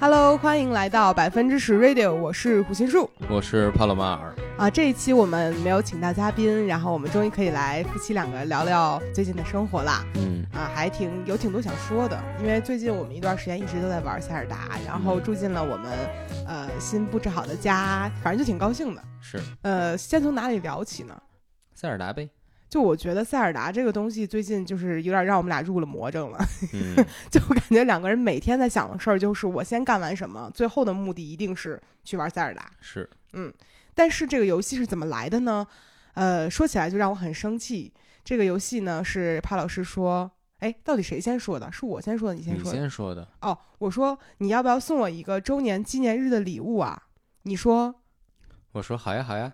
Hello，欢迎来到百分之十 Radio，我是胡心树我是帕洛马尔。啊。这一期我们没有请到嘉宾，然后我们终于可以来夫妻两个聊聊最近的生活啦。嗯，啊，还挺有挺多想说的，因为最近我们一段时间一直都在玩塞尔达，然后住进了我们呃新布置好的家，反正就挺高兴的。是呃，先从哪里聊起呢？塞尔达呗。就我觉得塞尔达这个东西最近就是有点让我们俩入了魔怔了， 嗯，就感觉两个人每天在想的事儿就是我先干完什么，最后的目的一定是去玩塞尔达。 是但是这个游戏是怎么来的呢？呃，说起来就让我很生气。这个游戏呢是帕老师说，哎，到底谁先说的？是我先说的，你先你说的？先说的。哦，我说你要不要送我一个周年纪念日的礼物啊？你说我说好呀好呀，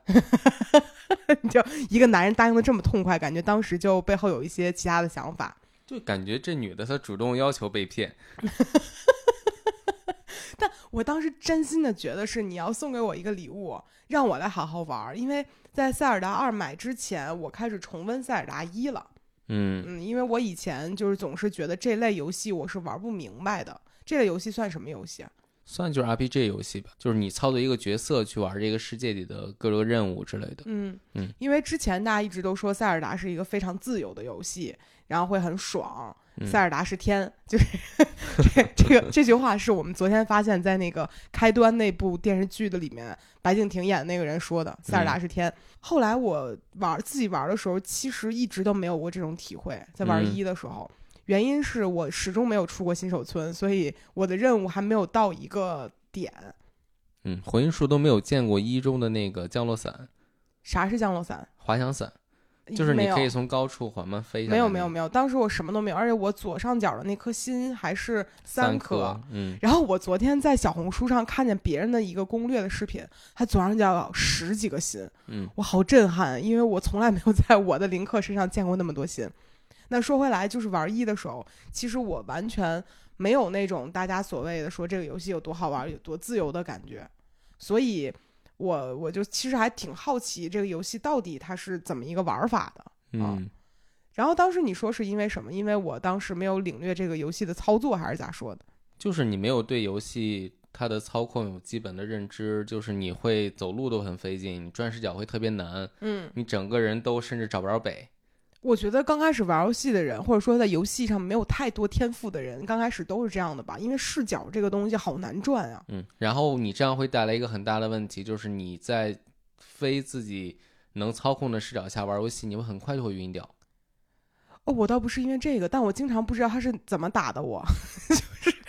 一个男人答应的这么痛快，感觉当时就背后有一些其他的想法。就感觉这女的她主动要求被骗。我当时真心的觉得是你要送给我一个礼物，让我来好好玩儿，因为在塞尔达二买之前，我开始重温塞尔达一了。嗯，嗯，因为我以前就是总是觉得这类游戏我是玩不明白的。这类游戏算什么游戏啊？算就是 RPG 游戏吧，就是你操作一个角色去玩这个世界里的各种任务之类的。嗯嗯，因为之前大家一直都说塞尔达是一个非常自由的游戏，然后会很爽。嗯塞尔达是天，就是 这这个这句话是我们昨天发现，在那个开端那部电视剧的里面，白敬亭演的那个人说的“塞尔嗯达是天”后来我玩自己玩的时候，其实一直都没有过这种体会，在玩嗯一的时候。原因是我始终没有出过新手村，所以我的任务还没有到一个点。嗯，回音术都没有见过一中的那个降落伞、啥是降落伞？滑翔伞，就是没你有可以从高处缓慢飞下来。没有没有，没有，当时我什么都没有，而且我左上角的那颗心还是三颗。颗。嗯，然后我昨天在小红书上看见别人的一个攻略的视频，他左上角有十几个心，嗯，我好震撼，啊因为我从来没有在我的林克身上见过那么多心。那说回来，就是玩 E 一的时候，其实我完全没有那种大家所谓的说这个游戏有多好玩、有多自由的感觉，所以我我就其实还挺好奇这个游戏到底它是怎么一个玩法的。啊嗯，然后当时你说是因为什么？因为我当时没有领略这个游戏的操作，还是咋说的？就是你没有对游戏它的操控有基本的认知，就是你会走路都很费劲，你转视角会特别难，嗯，你整个人都甚至找不着北。我觉得刚开始玩游戏的人，或者说在游戏上没有太多天赋的人，刚开始都是这样的吧？因为视角这个东西好难转啊。嗯，然后你这样会带来一个很大的问题，就是你在非自己能操控的视角下玩游戏，你会很快就会晕掉。哦，我倒不是因为这个，但我经常不知道他是怎么打的我。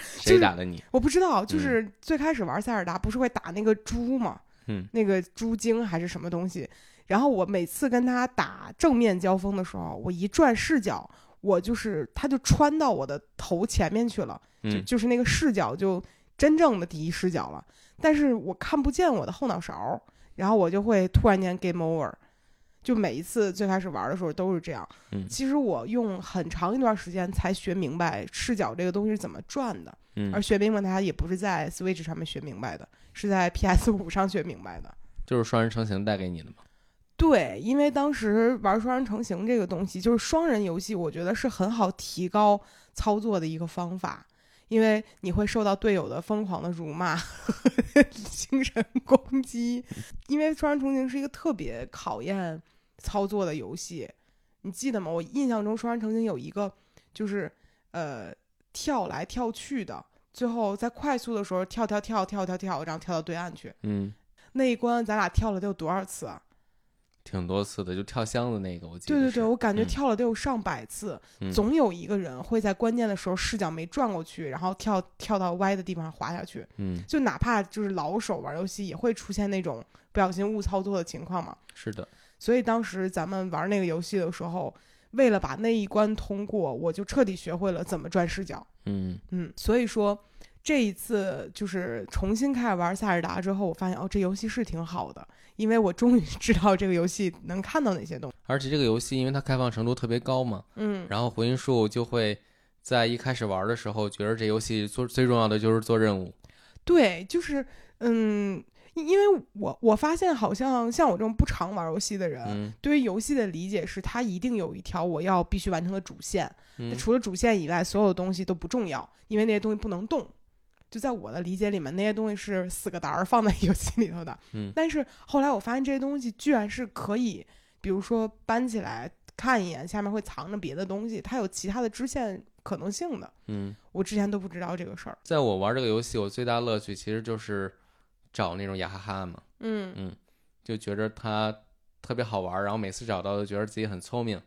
谁打的你？我不知道，就是最开始玩塞尔达不是会打那个猪吗？嗯，那个猪精还是什么东西。然后我每次跟他打正面交锋的时候，我一转视角，我就是他就穿到我的头前面去了，就嗯，就是那个视角就真正的第一视角了。但是我看不见我的后脑勺，然后我就会突然间 game over。就每一次最开始玩的时候都是这样。嗯其实我用很长一段时间才学明白视角这个东西是怎么转的。而嗯，学明白它也不是在 Switch 上面学明白的，是在 PS 五上学明白的。就是双人成行带给你嗯的嘛。对，因为当时玩双人成行这个东西，就是双人游戏，我觉得是很好提高操作的一个方法，因为你会受到队友的疯狂的辱骂、 精神攻击。因为双人成行是一个特别考验操作的游戏，你记得吗？我印象中双人成行有一个就是呃跳来跳去的，最后在快速的时候跳跳跳跳跳跳，然后跳到对岸去。嗯，那一关咱俩跳了得有多少次啊？挺多次的，就跳箱子那个，我记得对对是对，我感觉嗯跳了得有上百次，嗯总有一个人会在关键的时候视角没转过去，然后跳跳到歪的地方滑下去。嗯，就哪怕就是老手玩游戏，也会出现那种不小心误操作的情况嘛。是的，所以当时咱们玩那个游戏的时候，为了把那一关通过，我就彻底学会了怎么转视角。嗯嗯，所以说这一次就是重新开始玩塞尔达之后，我发现哦，这游戏是挺好的，因为我终于知道这个游戏能看到哪些东西。而且这个游戏因为它开放程度特别高嘛，嗯，然后回音术就会在一开始玩的时候，觉得这游戏做最重要的就是做任务。对，就是嗯，因因为我我发现好像像我这种不常玩游戏的人，嗯对于游戏的理解是它一定有一条我要必须完成的主线，嗯，除了主线以外，所有东西都不重要，因为那些东西不能动。就在我的理解里面，那些东西是死个胆儿放在游戏里头的。嗯但是后来我发现这些东西居然是可以，比如说搬起来看一眼，下面会藏着别的东西，它有其他的支线可能性的。嗯，我之前都不知道这个事儿。在我玩这个游戏，我最大乐趣其实就是找那种雅哈哈嘛，嗯就觉着它特别好玩，然后每次找到都觉得自己很聪明。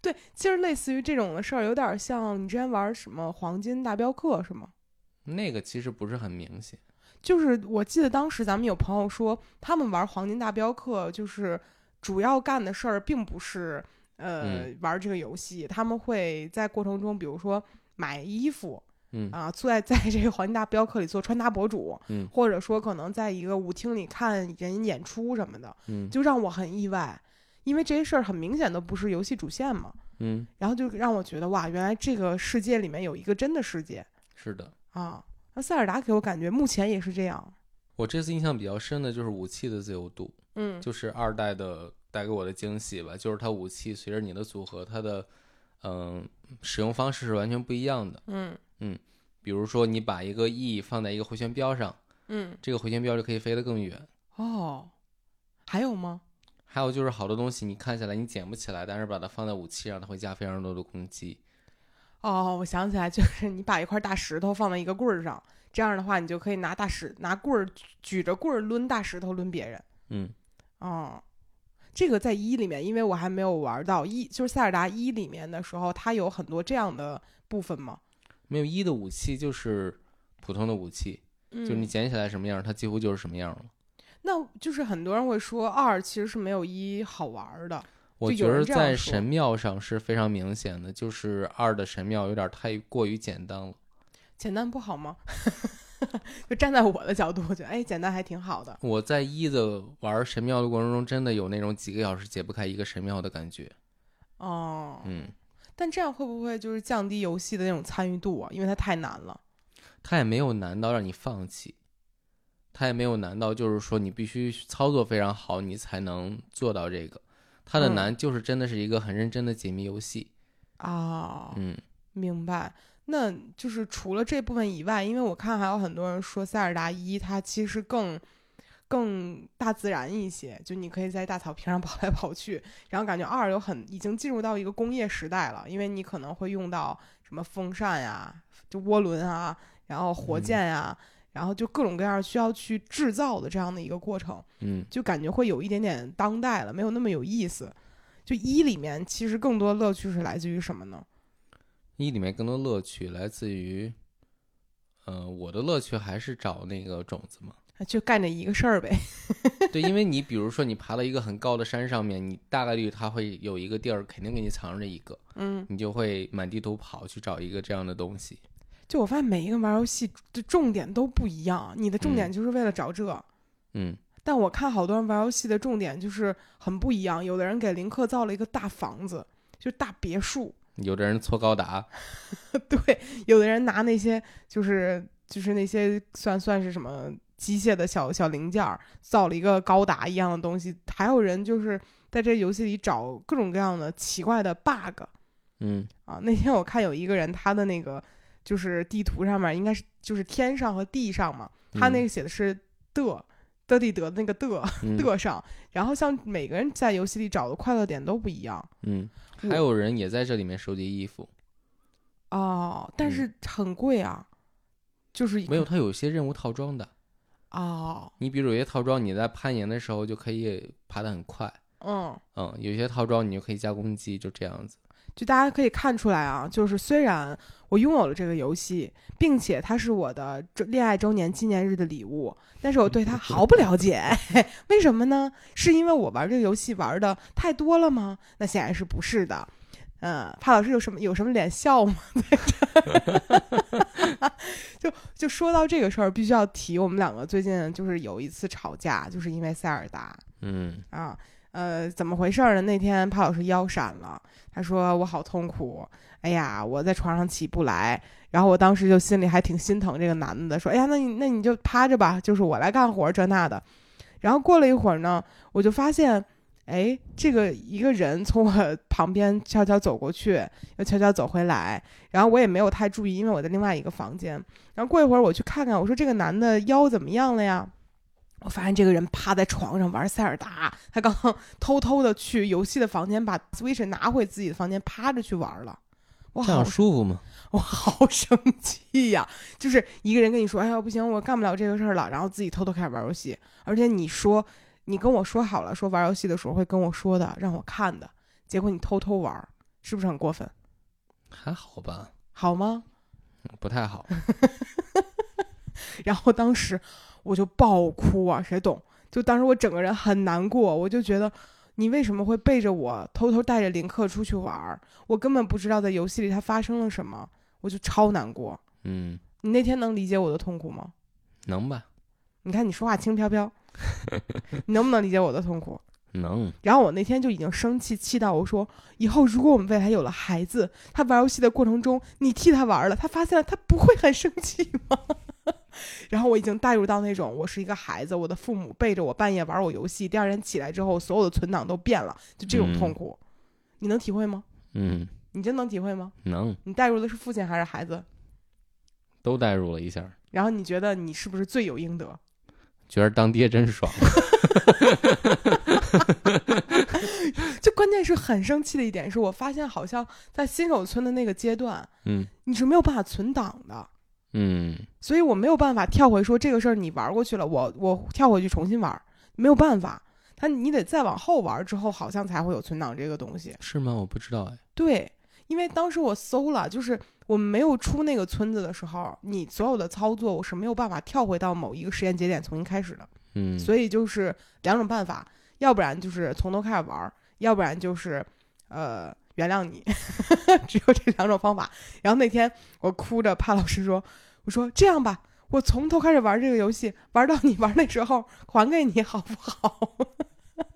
对，其实类似于这种的事儿，有点像你之前玩什么黄金大镖客是吗？那个其实不是很明显，就是我记得当时咱们有朋友说，他们玩黄金大镖客，就是主要干的事儿并不是呃、玩这个游戏，他们会在过程中，比如说买衣服嗯啊，坐在在 这个黄金大镖客里做穿搭博主，嗯或者说可能在一个舞厅里看人演出什么的，嗯就让我很意外，因为这些事儿很明显都不是游戏主线嘛。嗯，然后就让我觉得哇，原来这个世界里面有一个真的世界是的。啊！那塞尔达给我感觉目前也是这样，我这次印象比较深的就是武器的自由度，嗯就是二代的带给我的惊喜吧，就是它武器随着你的组合，它的嗯、使用方式是完全不一样的。嗯比如说，你把一个 E 放在一个回旋镖上，嗯，这个回旋镖就可以飞得更远。哦，还有吗？还有就是好多东西你看下来你捡不起来，但是把它放在武器上，它会加非常多的攻击。哦，我想起来，就是你把一块大石头放在一个棍儿上，这样的话，你就可以拿大石拿棍儿举着棍儿抡大石头抡别人。嗯哦，这个在一里面，因为我还没有玩到一，就是塞尔达一里面的时候，它有很多这样的部分嘛。没有 E 的武器就是普通的武器，嗯就是你捡起来什么样，它几乎就是什么样了。那就是很多人会说二其实是没有一好玩儿的。我就觉有得人这样在说神庙上是非常明显的，就是二的神庙有点太过于简单了。简单不好吗？ 就站在我的角度，我觉得哎，简单还挺好的。我在一的玩神庙的过程中，真的有那种几个小时解不开一个神庙的感觉。哦，嗯，但这样会不会就是降低游戏的那种参与度啊？因为它太难了。它也没有难到让你放弃，它也没有难到就是说你必须操作非常好，你才能做到这个。它的嗯难就是真的是一个很认真的解谜游戏。哦，嗯明白。那就是除了这部分以外，因为我看还有很多人说塞尔达一它其实更更大自然一些，就你可以在大草坪上 跑来跑去，然后感觉二有很已经进入到一个工业时代了，因为你可能会用到什么风扇呀、就涡轮啊，然后火嗯箭呀、然后就各种各样需要去制造的这样的一个过程。嗯，就感觉会有一点点当代了，没有那么有意思。就一里面其实更多乐趣是来自于什么呢？一里面更多乐趣来自于，呃，我的乐趣还是找那个种子嘛。啊就干这一个事儿呗。对，因为你比如说你爬到一个很高的山上面，你大概率它会有一个地儿肯定给你藏着一个，嗯，你就会满地图跑去找一个这样的东西。就我发现每一个玩游戏的重点都不一样，你的重点就是为了找这。嗯，但我看好多人玩游戏的重点就是很不一样，有的人给林克造了一个大房子，就大别墅； 有的人搓高达，对，有的人拿那些就是就是那些算算是什么机械的小小零件儿，造了一个高达一样的东西，还有人就是在这游戏里找各种各样的奇怪的 bug 嗯，啊。那天我看有一个人，他的那个就是地图上面应该是就是天上和地上嘛，他那个写的是的。的地得那个的 嗯的上，然后像每个人在游戏里找的快乐点都不一样嗯，我还有人也在这里面收集衣服，哦，但嗯是很贵啊，就是没有，它有些任务套装的。哦，你比如有些套装，你在攀岩的时候就可以爬得很快，嗯，嗯，有些套装你就可以加攻击，就这样子。就大家可以看出来啊，就是虽然我拥有了这个游戏，并且它是我的周恋爱周年纪念日的礼物，但是我对它毫不了解。 为什么呢？是因为我玩这个游戏玩的太多了吗？那显然是不是的。嗯，帕老师有什么有什么脸笑吗？ 在这，就就说到这个事儿，必须要提我们两个最近就是有一次吵架，就是因为塞尔达。嗯啊，呃，怎么回事儿呢？那天帕老师腰闪了，他说我好痛苦，哎呀，我在床上起不来。然后我当时就心里还挺心疼这个男的，说，哎呀，那你那你就趴着吧，就是我来干活儿这那的。然后过了一会儿呢，我就发现，哎，这个一个人从我旁边悄悄走过去，又悄悄走回来，然后我也没有太注意，因为我在另外一个房间。然后过一会儿我去看看，我说这个男的腰怎么样了呀？我发现这个人趴在床上玩塞尔达，他刚刚偷偷的去游戏的房间把 Switch 拿回自己的房间，趴着去玩了。我这好样舒服吗？我好生气呀！就是一个人跟你说：“哎呀，不行，我干不了这个事儿了。”然后自己偷偷开始玩游戏，而且你说你跟我说好了，说玩游戏的时候会跟我说的，让我看的，结果你偷偷玩儿，是不是很过分？还好吧，好吗？ 不太好。然后当时我就爆哭啊，谁懂？就当时我整个人很难过，我就觉得你为什么会背着我偷偷带着林克出去玩儿？我根本不知道在游戏里他发生了什么，我就超难过。嗯，你那天能理解我的痛苦吗？能吧？你看你说话轻飘飘， 你能不能理解我的痛苦？能。然后我那天就已经生气，气到我说，以后如果我们未来有了孩子，他玩游戏的过程中，你替他玩了，他发现了，他不会很生气吗？ 然后我已经带入到那种我是一个孩子，我的父母背着我半夜玩我游戏，第二天起来之后，所有的存档都变了，就这种嗯痛苦，你能体会吗？嗯，你真能体会吗？能，你带入的是父亲还是孩子？都代入了一下，然后你觉得你是不是罪有应得？觉得当爹真 爽。就关键是很生气的一点是，我发现好像在新手村的那个阶段，嗯你是没有办法存档的，嗯，所以我没有办法跳回说这个事儿你玩过去了，我我跳回去重新玩儿，没有办法。他你得再往后玩儿之后，好像才会有存档这个东西。是吗？我不知道哎。对，因为当时我搜了，就是我们没有出那个村子的时候，你所有的操作我是没有办法跳回到某一个时间节点重新开始的。嗯，所以就是两种办法，要不然就是从头开始玩儿，要不然就是呃原谅你， 只有这两种方法。然后那天我哭着怕老师说，我说这样吧，我从头开始玩这个游戏，玩到你玩那时候还给你好不好？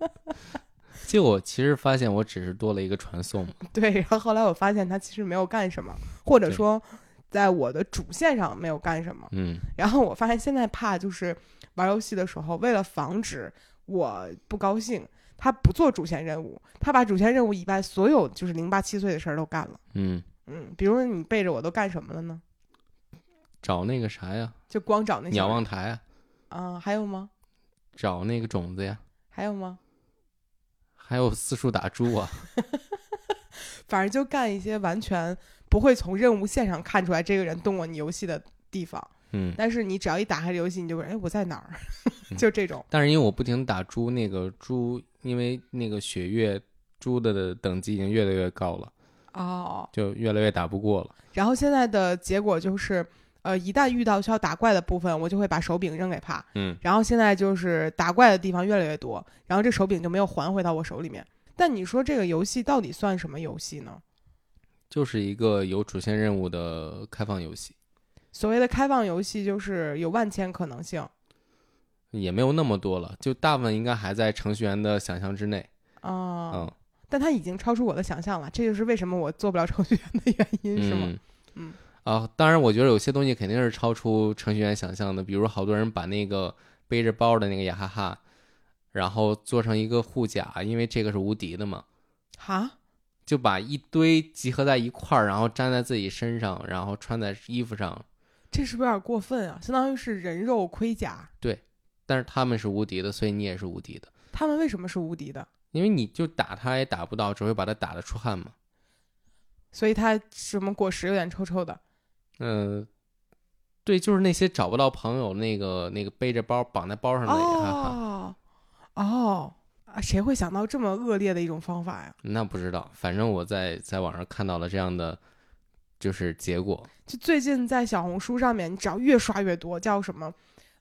结果其实发现我只是多了一个传送嘛。对，然后后来我发现他其实没有干什么，或者对说在我的主线上没有干什么。嗯然后我发现现在怕就是玩游戏的时候，为了防止我不高兴，他不做主线任务，他把主线任务以外所有就是零八七岁的事儿都干了。嗯，嗯，比如说你背着我都干什么了呢？找那个啥呀，就光找那些鸟望台啊，啊、还有吗？找那个种子呀，还有吗？还有四处打猪啊。反正就干一些完全不会从任务线上看出来这个人动过你游戏的地方， 嗯，但是你只要一打开游戏，你就会哎我在哪儿， 嗯就这种。但是因为我不停打猪，那个猪因为那个血月猪的等级已经越来越高了，哦，就越来越打不过了。然后现在的结果就是，呃，一旦遇到需要打怪的部分，我就会把手柄扔给帕。嗯，然后现在就是打怪的地方越来越多，然后这手柄就没有还回到我手里面。但你说这个游戏到底算什么游戏呢？就是一个有主线任务的开放游戏，所谓的开放游戏就是有万千可能性也没有那么多了，就大部分应该还在程序员的想象之内。啊，嗯，但它已经超出我的想象了，这就是为什么我做不了程序员的原因，是吗？嗯嗯啊，当然，我觉得有些东西肯定是超出程序员想象的，比如好多人把那个背着包的那个雅哈哈，然后做成一个护甲，因为这个是无敌的嘛，哈，就把一堆集合在一块儿，然后粘在自己身上，然后穿在衣服上，这是不是有点过分啊？相当于是人肉盔甲，但是他们是无敌的，所以你也是无敌的，他们为什么是无敌的？因为你就打他也打不到，只会把他打得出汗嘛。所以它什么果实有点臭臭的，嗯、对，就是那些找不到朋友那个那个背着包绑在包上的雅哈哈，哦哦啊！谁会想到这么恶劣的一种方法呀？那不知道，反正我在在网上看到了这样的就是结果，就最近在小红书上面，你只要越刷越多，叫什么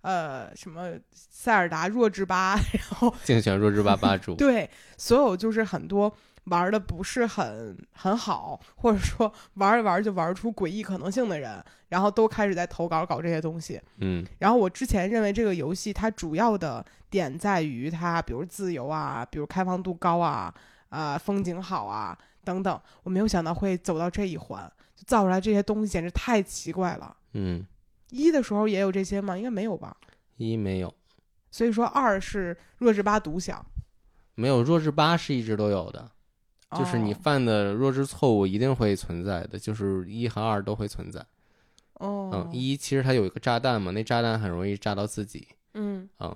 呃什么塞尔达弱智吧，然后竞选弱智吧吧主。对所有就是很多。玩的不是很很好，或者说玩着玩着就玩出诡异可能性的人，然后都开始在投稿搞这些东西。嗯然后我之前认为这个游戏它主要的点在于它，比如自由啊，比如开放度高啊，啊、风景好啊等等。我没有想到会走到这一环，就造出来这些东西简直太奇怪了。嗯，一的时候也有这些吗？应该没有吧。一没有，所以说二是弱智吧独享，没有弱智八是一直都有的，就是你哦犯的弱智错误一定会存在的，就是一和二都会存在。哦嗯，，一其实它有一个炸弹嘛，那炸弹很容易炸到自己，嗯，嗯，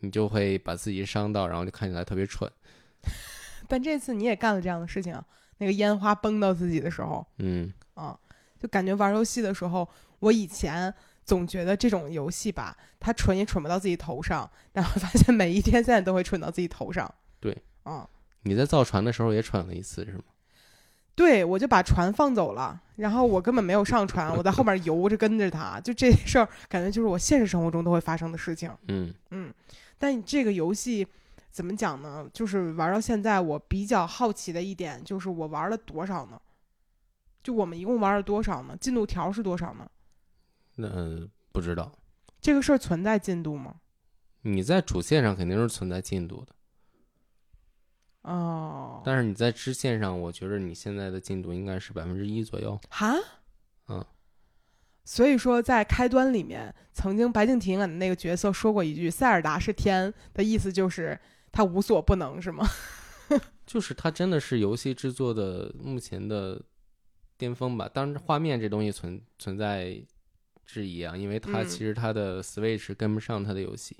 你就会把自己伤到，然后就看起来特别蠢。但这次你也干了这样的事情啊，那个烟花崩到自己的时候，嗯啊，就感觉玩游戏的时候，我以前总觉得这种游戏吧，它蠢也蠢不到自己头上，然后发现每一天现在都会蠢到自己头上。对，啊，你在造船的时候也蠢了一次是吗？对我就把船放走了，然后我根本没有上船，我在后面游着跟着他，就这事儿感觉就是我现实生活中都会发生的事情。嗯嗯，但这个游戏怎么讲呢？就是玩到现在，我比较好奇的一点就是我玩了多少呢？就我们一共玩了多少呢？进度条是多少呢？那、呃不知道。这个事儿存在进度吗？你在主线上肯定是存在进度的，哦，但是你在支线上，我觉得你现在的进度应该是百分之一左右。哈，嗯，所以说在开端里面，曾经白敬亭演的那个角色说过一句“塞尔达是天”的意思，就是他无所不能，是吗？ 就是它真的是游戏制作的目前的巅峰吧。当然，画面这东西存存在质疑啊，因为它嗯其实它的 Switch 跟不上它的游戏。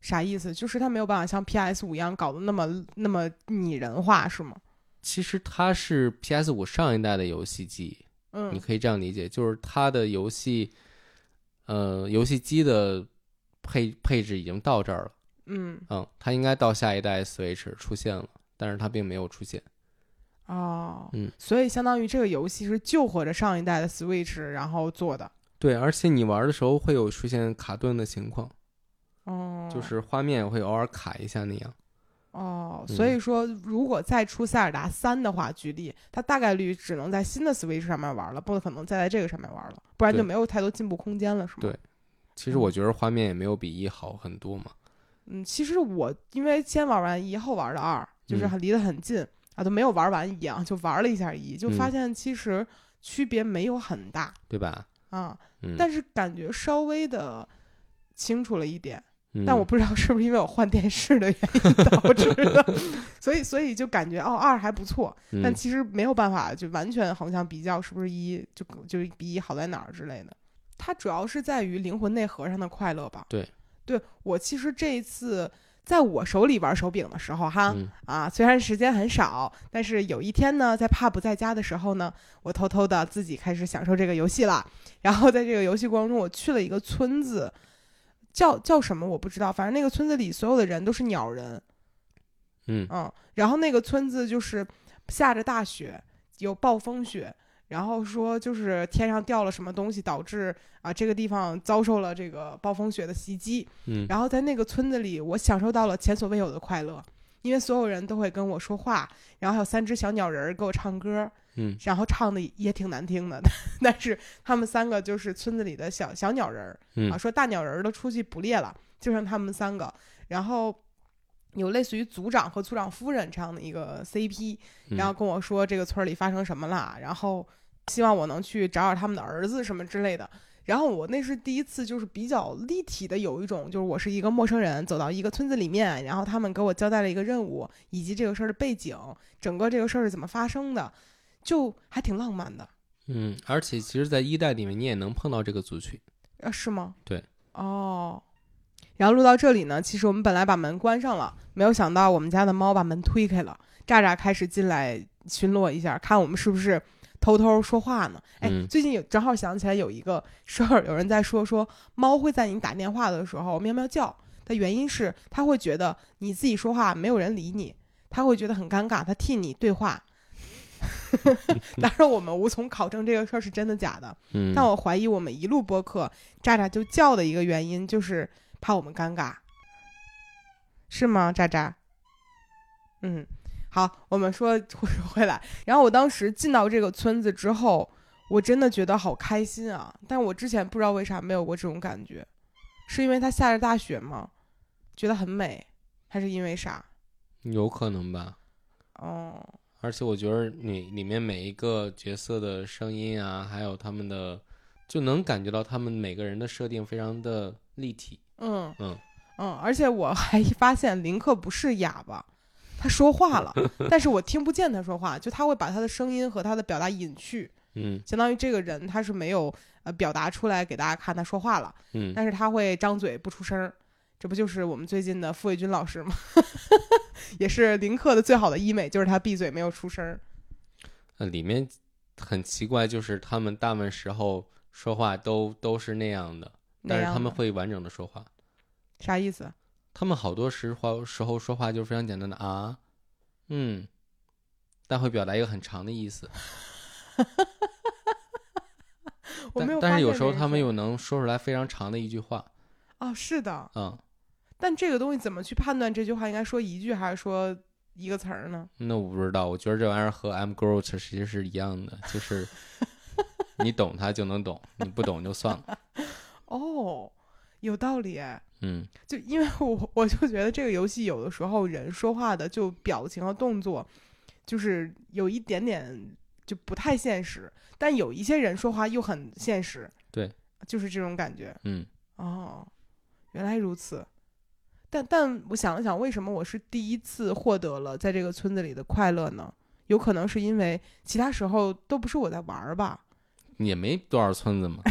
啥意思？就是他没有办法像 PS 五一样搞得那么那么拟人化，是吗？其实它是 PS 五上一代的游戏机，你嗯可以这样理解，就是它的游戏，呃，游戏机的配配置已经到这儿了。嗯嗯，它应该到下一代 Switch 出现了，但是它并没有出现。哦，嗯所以相当于这个游戏是救活着上一代的 Switch 然后做的。对，而且你玩的时候会有出现卡顿的情况，哦，就是画面会偶尔卡一下那样。哦，所以嗯说如果再出塞尔达三的话，举例，它大概率只能在新的 Switch 上面玩了，不可能再在这个上面玩了，不然就对没有太多进步空间了，是吗？对其实我觉得画面也没有比一好很多嘛。嗯，其实我因为先玩完一，后玩的二，就是嗯很离得很近、啊，都没有玩完一样，就玩了一下一，就发嗯现其实区别没有很大对吧？啊，嗯，但是感觉稍微的清楚了一点。嗯但我不知道是不是因为我换电视的原因导致的， 所以所以就感觉哦二还不错，但嗯其实没有办法就完全横向比较是不是一就就比一好在哪儿之类的。它主要是在于灵魂内核上的快乐吧。对，对我其实这一次在我手里玩手柄的时候哈、嗯啊，虽然时间很少，但是有一天呢，在帕不在家的时候呢，我偷偷的自己开始享受这个游戏了。然后在这个游戏过程中，我去了一个村子。叫叫什么我不知道，反正那个村子里所有的人都是鸟人，嗯嗯，然后那个村子就是下着大雪，有暴风雪，然后说就是天上掉了什么东西，导致啊这个地方遭受了这个暴风雪的袭击。嗯然后在那个村子里，我享受到了前所未有的快乐，因为所有人都会跟我说话，然后还有三只小鸟人儿给我唱歌，嗯然后唱的也挺难听的， 但是他们三个就是村子里的小小鸟人儿嗯啊，说大鸟人儿都出去捕猎了，就剩他们三个，然后有类似于组长和组长夫人这样的一个 CP，嗯然后跟我说这个村儿里发生什么啦，然后希望我能去找找他们的儿子什么之类的。然后我那是第一次，就是比较立体的，有一种就是我是一个陌生人走到一个村子里面，然后他们给我交代了一个任务，以及这个事儿的背景，整个这个事儿是怎么发生的，就还挺浪漫的，嗯，而且其实，在一代里面你也能碰到这个族群。呃，是吗？对，哦。然后录到这里呢，其实我们本来把门关上了，没有想到我们家的猫把门推开了，炸炸开始进来巡逻一下，看我们是不是偷偷说话呢？哎，嗯最近有正好想起来有一个事儿，有人在说说猫会在你打电话的时候喵喵叫的原因是，它会觉得你自己说话没有人理你，它会觉得很尴尬，它替你对话。 当然，我们无从考证这个事儿是真的假的，嗯，但我怀疑我们一路播客，炸炸就叫的一个原因就是怕我们尴尬，是吗？炸炸，嗯，好，我们说回 回来。然后我当时进到这个村子之后，我真的觉得好开心啊！但我之前不知道为啥没有过这种感觉，是因为它下着大雪吗？觉得很美，还是因为啥？有可能吧。哦，而且我觉得你里面每一个角色的声音啊，还有他们的，就能感觉到他们每个人的设定非常的立体。嗯。嗯，嗯，而且我还发现林克不是哑巴，他说话 了，但是我听不见他说话，就他会把他的声音和他的表达隐去，嗯相当于这个人他是没有呃表达出来给大家看他说话了，嗯，但是他会张嘴不出声儿，这不就是我们最近的傅卫军老师吗？ 也是林克的最好的医美，就是他闭嘴没有出声儿。呃里面很奇怪，就是他们大部分时候说话都都是那样的，那但是样他们的会完整的说话。啥意思？啊他们好多时话时候说话就是非常简单的啊，嗯，但会表达一个很长的意思。我没但有但发是有现时候这个他们事儿又能说出来非常长的一句话，哦，是的，嗯，但这个东西怎么去判断这句话应该说一句还是说一个词儿呢？那我不知道，我觉得这玩意儿和 I'm Groot 其实是一样的，就是 你懂它就能懂，你不懂就算了。 哦，有道理哎。嗯就因为我我就觉得这个游戏有的时候人说话的就表情和动作，就是有一点点就不太现实，但有一些人说话又很现实，对，就是这种感觉。嗯，哦，原来如此。但但我想了想，为什么我是第一次获得了在这个村子里的快乐呢？有可能是因为其他时候都不是我在玩儿吧？也没多少村子嘛。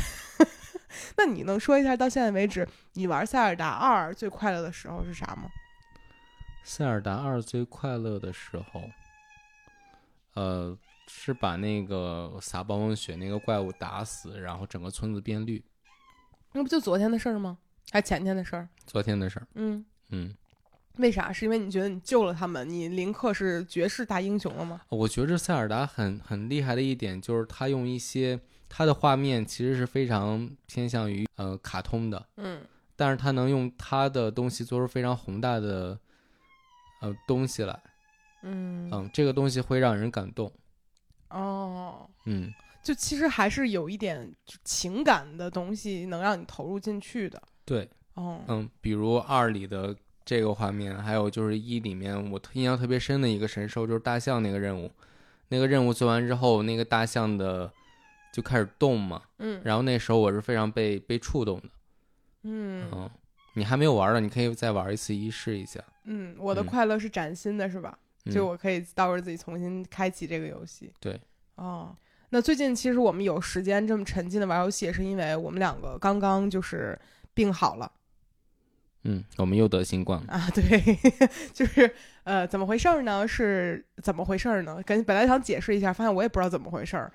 那你能说一下到现在为止你玩《塞尔达二》最快乐的时候是啥吗？塞尔达二最快乐的时候，呃，是把那个撒暴风雪那个怪物打死，然后整个村子变绿。那不就昨天的事儿吗？还前天的事儿？昨天的事儿，嗯，嗯，为啥？是因为你觉得你救了他们，你林克是绝世大英雄了吗？我觉着塞尔达很很厉害的一点就是他用一些他的画面其实是非常偏向于呃卡通的，嗯，但是他能用他的东西做出非常宏大的呃东西来，嗯嗯，这个东西会让人感动，哦，嗯，就其实还是有一点就情感的东西能让你投入进去的。对，哦，嗯，比如二里的这个画面，还有就是一里面我特印象特别深的一个神兽就是大象那个任务，那个任务做完之后，那个大象的就开始动嘛，嗯然后那时候我是非常被被触动的，嗯嗯，你还没有玩儿的，你可以再玩一次一试一下，嗯，我的嗯快乐是崭新的，是吧？嗯、就我可以到时候自己重新开启这个游戏。对，哦，那最近其实我们有时间这么沉浸的玩游戏，也是因为我们两个刚刚就是病好了。嗯，我们又得新冠了，啊， 对，就是呃，怎么回事儿呢？是怎么回事儿呢？跟本来想解释一下，发现我也不知道怎么回事儿。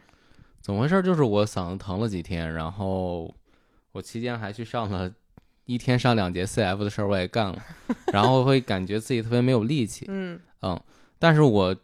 怎么回事？就是我嗓子疼了几天，然后我期间还去上了一天上两节 CF 的事儿，我也 干了，然后会感觉自己特别没有力气，嗯嗯，但是我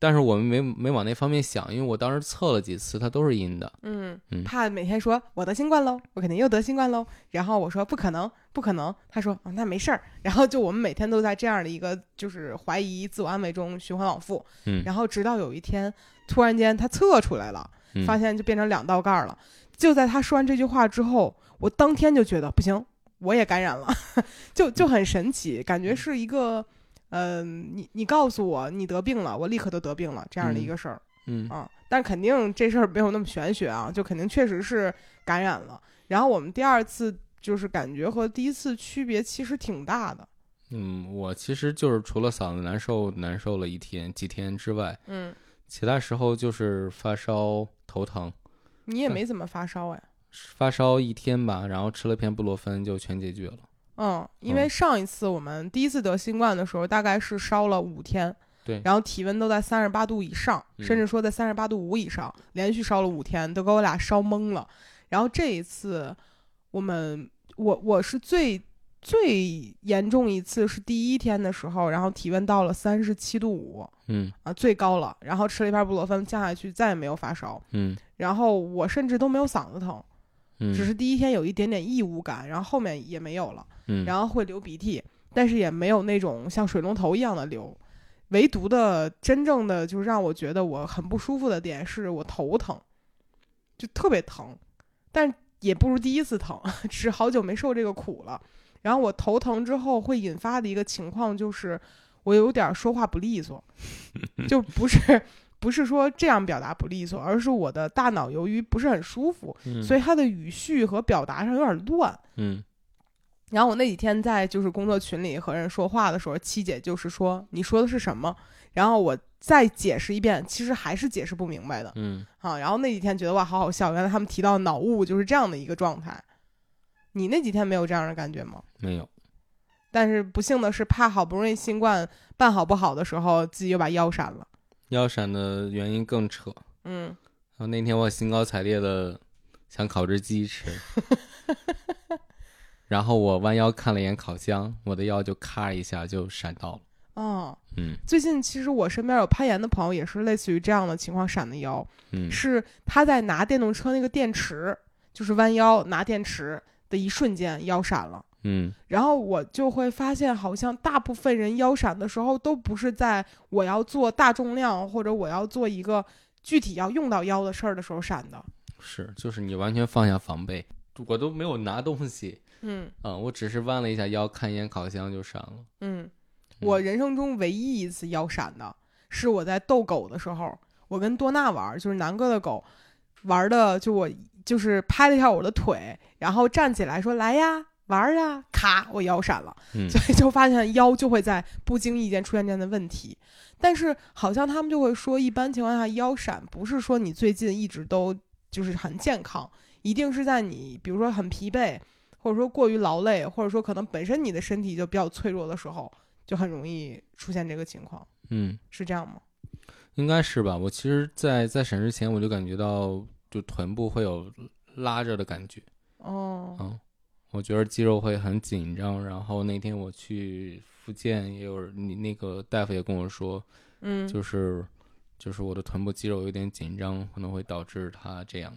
但是我没没往那方面想，因为我当时测了几次，它都是阴的，嗯嗯怕每天说我得新冠喽，我肯定又得新冠喽。然后我说不可能，不可能。他说、啊那没事儿。然后就我们每天都在这样的一个就是怀疑、自我安慰中循环往复。嗯然后直到有一天，突然间他测出来了，嗯发现就变成两道杠儿了。就在他说完这句话之后，我当天就觉得不行，我也感染了， 就就很神奇，感觉是一个，嗯、你你告诉我你得病了，我立刻就得病了这样的一个事儿、嗯啊。但肯定这事儿没有那么玄学啊，就肯定确实是感染了。然后我们第二次就是感觉和第一次区别其实挺大的，嗯，我其实就是除了嗓子难受难受了一天几天之外，嗯，其他时候就是发烧头疼，你也没怎么发烧哎。发烧一天吧，然后吃了片布洛芬就全解决了，嗯，因为嗯上一次我们第一次得新冠的时候，大概是烧了五天，对然后体温都在三十八度以上，嗯甚至说在三十八度五以上，连续烧了五天，都给我俩烧懵了。然后这一次，我们我我是最最严重一次是第一天的时候，然后体温到了三十七度五嗯啊，最高了，然后吃了一片布洛芬降下去，再也没有发烧，嗯然后我甚至都没有嗓子疼，嗯，只是第一天有一点点异物感，然后后面也没有了。嗯然后会流鼻涕，但是也没有那种像水龙头一样的流。唯独的真正的就是让我觉得我很不舒服的点是我头疼，就特别疼，但也不如第一次疼， 只是好久没受这个苦了。然后我头疼之后会引发的一个情况就是我有点说话不利 索，就不是不是说这样表达不利索，而是我的大脑由于不是很舒服，嗯所以它的语序和表达上有点乱。嗯然后我那几天在就是工作群里和人说话的时候，七姐就是说你说的是什么，然后我再解释一遍，其实还是解释不明白的嗯，啊。然后那几天觉得哇，好好笑，原来他们提到脑雾就是这样的一个状态。你那几天没有这样的感觉吗？没有，但是不幸的是，怕好不容易新冠办好不好的时候，自己又把腰闪了。腰闪的原因更扯。嗯，然后那天我兴高采烈的想烤只鸡吃，然后我弯腰看了一眼烤箱，我的腰就咔一下就闪到了。哦，嗯最近其实我身边有攀岩的朋友也是类似于这样的情况闪的腰，嗯，是他在拿电动车那个电池，就是弯腰拿电池的一瞬间腰闪了。嗯，然后我就会发现，好像大部分人腰闪的时候都不是在我要做大重量或者我要做一个具体要用到腰的事儿的时候闪的。是，就是你完全放下防备，我都没有拿东西，嗯嗯，我只是弯了一下腰，看一眼烤箱就闪了。嗯，我人生中唯一一次腰闪的是我在逗狗的时候，我跟多纳玩儿，就是南哥的狗，玩的就我就是拍了一下我的腿，然后站起来说来呀玩儿呀，咔我腰闪了。嗯所以就发现腰就会在不经意间出现这样的问题。但是好像他们就会说，一般情况下腰闪不是说你最近一直都就是很健康，一定是在你比如说很疲惫，或者说过于劳累，或者说可能本身你的身体就比较脆弱的时候，就很容易出现这个情况，嗯，是这样吗？应该是吧。我其实在，在闪之前我就感觉到，就臀部会有拉着的感觉。哦，嗯，我觉得肌肉会很紧张。然后那天我去复健，也有你那个大夫也跟我说，嗯，就是就是我的臀部肌肉有点紧张，可能会导致它这样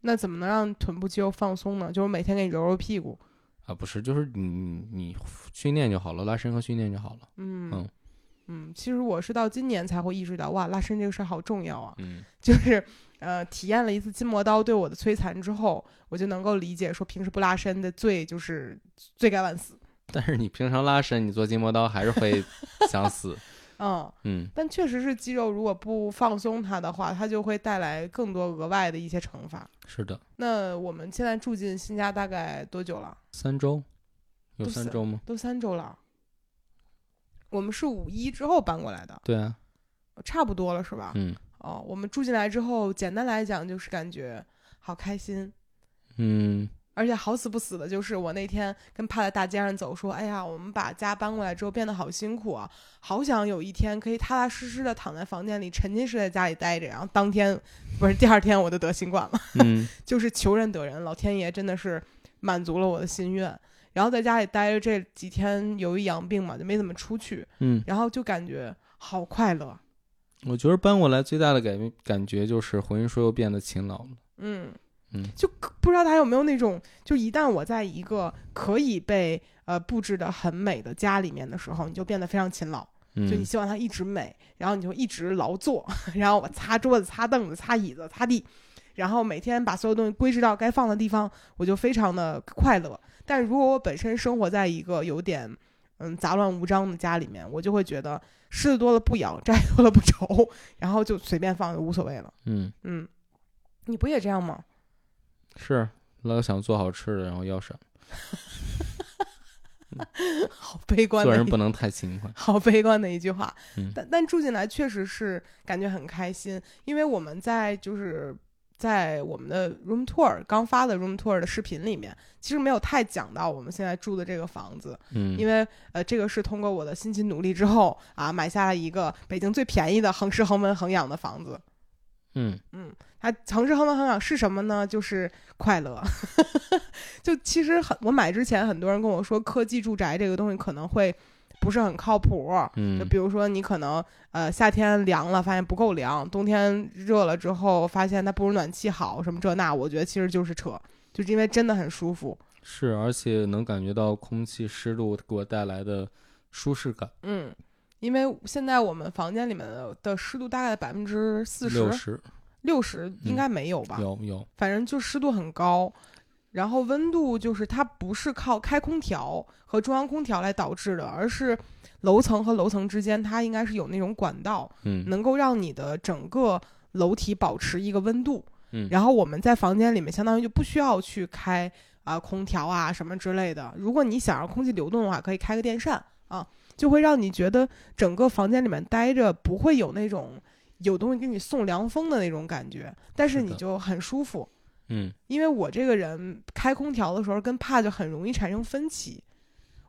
那怎么能让臀部肌肉放松呢？就是每天给你揉揉屁股，啊，不是，就是你你训练就好了，拉伸和训练就好了。嗯嗯嗯，其实我是到今年才会意识到，哇，拉伸这个事儿好重要啊。嗯就是呃，体验了一次筋膜刀对我的摧残之后，我就能够理解说平时不拉伸的罪就是罪该万死。但是你平常拉伸，你做筋膜刀还是 会想死。嗯，嗯，但确实是肌肉如果不放松它的话，它就会带来更多额外的一些惩罚。是的，那我们现在住进新家大概多久了？三周有都三三周吗？都三周了。我们是五一之后搬过来的，对啊，差不多了是吧？嗯哦，我们住进来之后，简单来讲就是感觉好开心，嗯而且好死不死的，就是我那天跟帕在大街上走，说：“哎呀，我们把家搬过来之后变得好辛苦啊，好想有一天可以踏踏实实的躺在房间里，沉浸式在家里待着。”然后当天不是第二天我就得新冠了， 嗯就是求人得人，老天爷真的是满足了我的心愿。然后在家里待着这几天，由于养病嘛，就没怎么出去，嗯，然后就感觉好快乐。我觉得搬过来最大的改变感觉就是回音说又变得勤劳了。嗯嗯，就可不知道大家有没有那种，就一旦我在一个可以被呃布置的很美的家里面的时候，你就变得非常勤劳，就你嗯希望它一直美，然后你就一直劳作， 然后我擦桌子、擦凳子、擦椅子、擦地，然后每天把所有东西归置到该放的地方，我就非常的快乐。但如果我本身生活在一个有点嗯杂乱无章的家里面，我就会觉得虱子多了不咬， 债多了不愁，然后就随便放就无所谓了。嗯，嗯，你不也这样吗？是老想做好吃的，然后腰闪，好悲观做的人一不能太勤快。好悲观的一句话。嗯但但住进来确实是感觉很开心，因为我们在就是在我们的 room tour 刚发的 room tour 的视频里面，其实没有太讲到我们现在住的这个房子，嗯，因为呃这个是通过我的辛勤努力之后啊买下了一个北京最便宜的恒湿恒温恒养的房子。嗯它城市恒温恒养是什么呢？就是快乐。 就其实很，我买之前很多人跟我说，科技住宅这个东西可能会不是很靠谱。就嗯比如说，你可能呃夏天凉了，发现不够凉；冬天热了之后，发现它不如暖气好，什么这那，我觉得其实就是扯，就是因为真的很舒服。是，而且能感觉到空气湿度给我带来的舒适感，嗯，因为现在我们房间里面的的湿度大概百分之四六十、十六十，应该没有吧？有有，反正就湿度很高，然后温度就是它不是靠开空调和中央空调来导致的，而是楼层和楼层之间它应该是有那种管道，嗯能够让你的整个楼体保持一个温度。嗯然后我们在房间里面相当于就不需要去开。啊、空调啊什么之类的。如果你想让空气流动的话，可以开个电扇啊，就会让你觉得整个房间里面待着不会有那种有东西给你送凉风的那种感觉，但是是你的就很舒服。嗯因为我这个人开空调的时候跟怕就很容易产生分歧，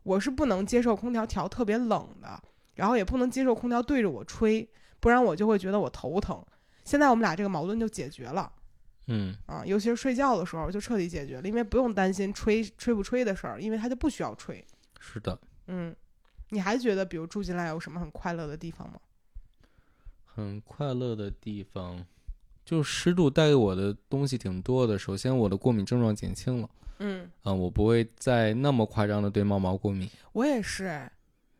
我是不能接受空调调特别冷的，然后也不能接受空调对着我吹，不然我就会觉得我头疼。现在我们俩这个矛盾就解决了嗯啊，尤其是睡觉的时候就彻底解决了，因为不用担心吹吹不吹的事儿，因为它就不需要吹。是的，嗯，你还觉得比如住进来有什么很快乐的地方吗？很快乐的地方，就湿度带给我的东西挺多的。首先，我的过敏症状减轻了，嗯，嗯、我不会再那么夸张的对猫毛过敏。我也是，哎，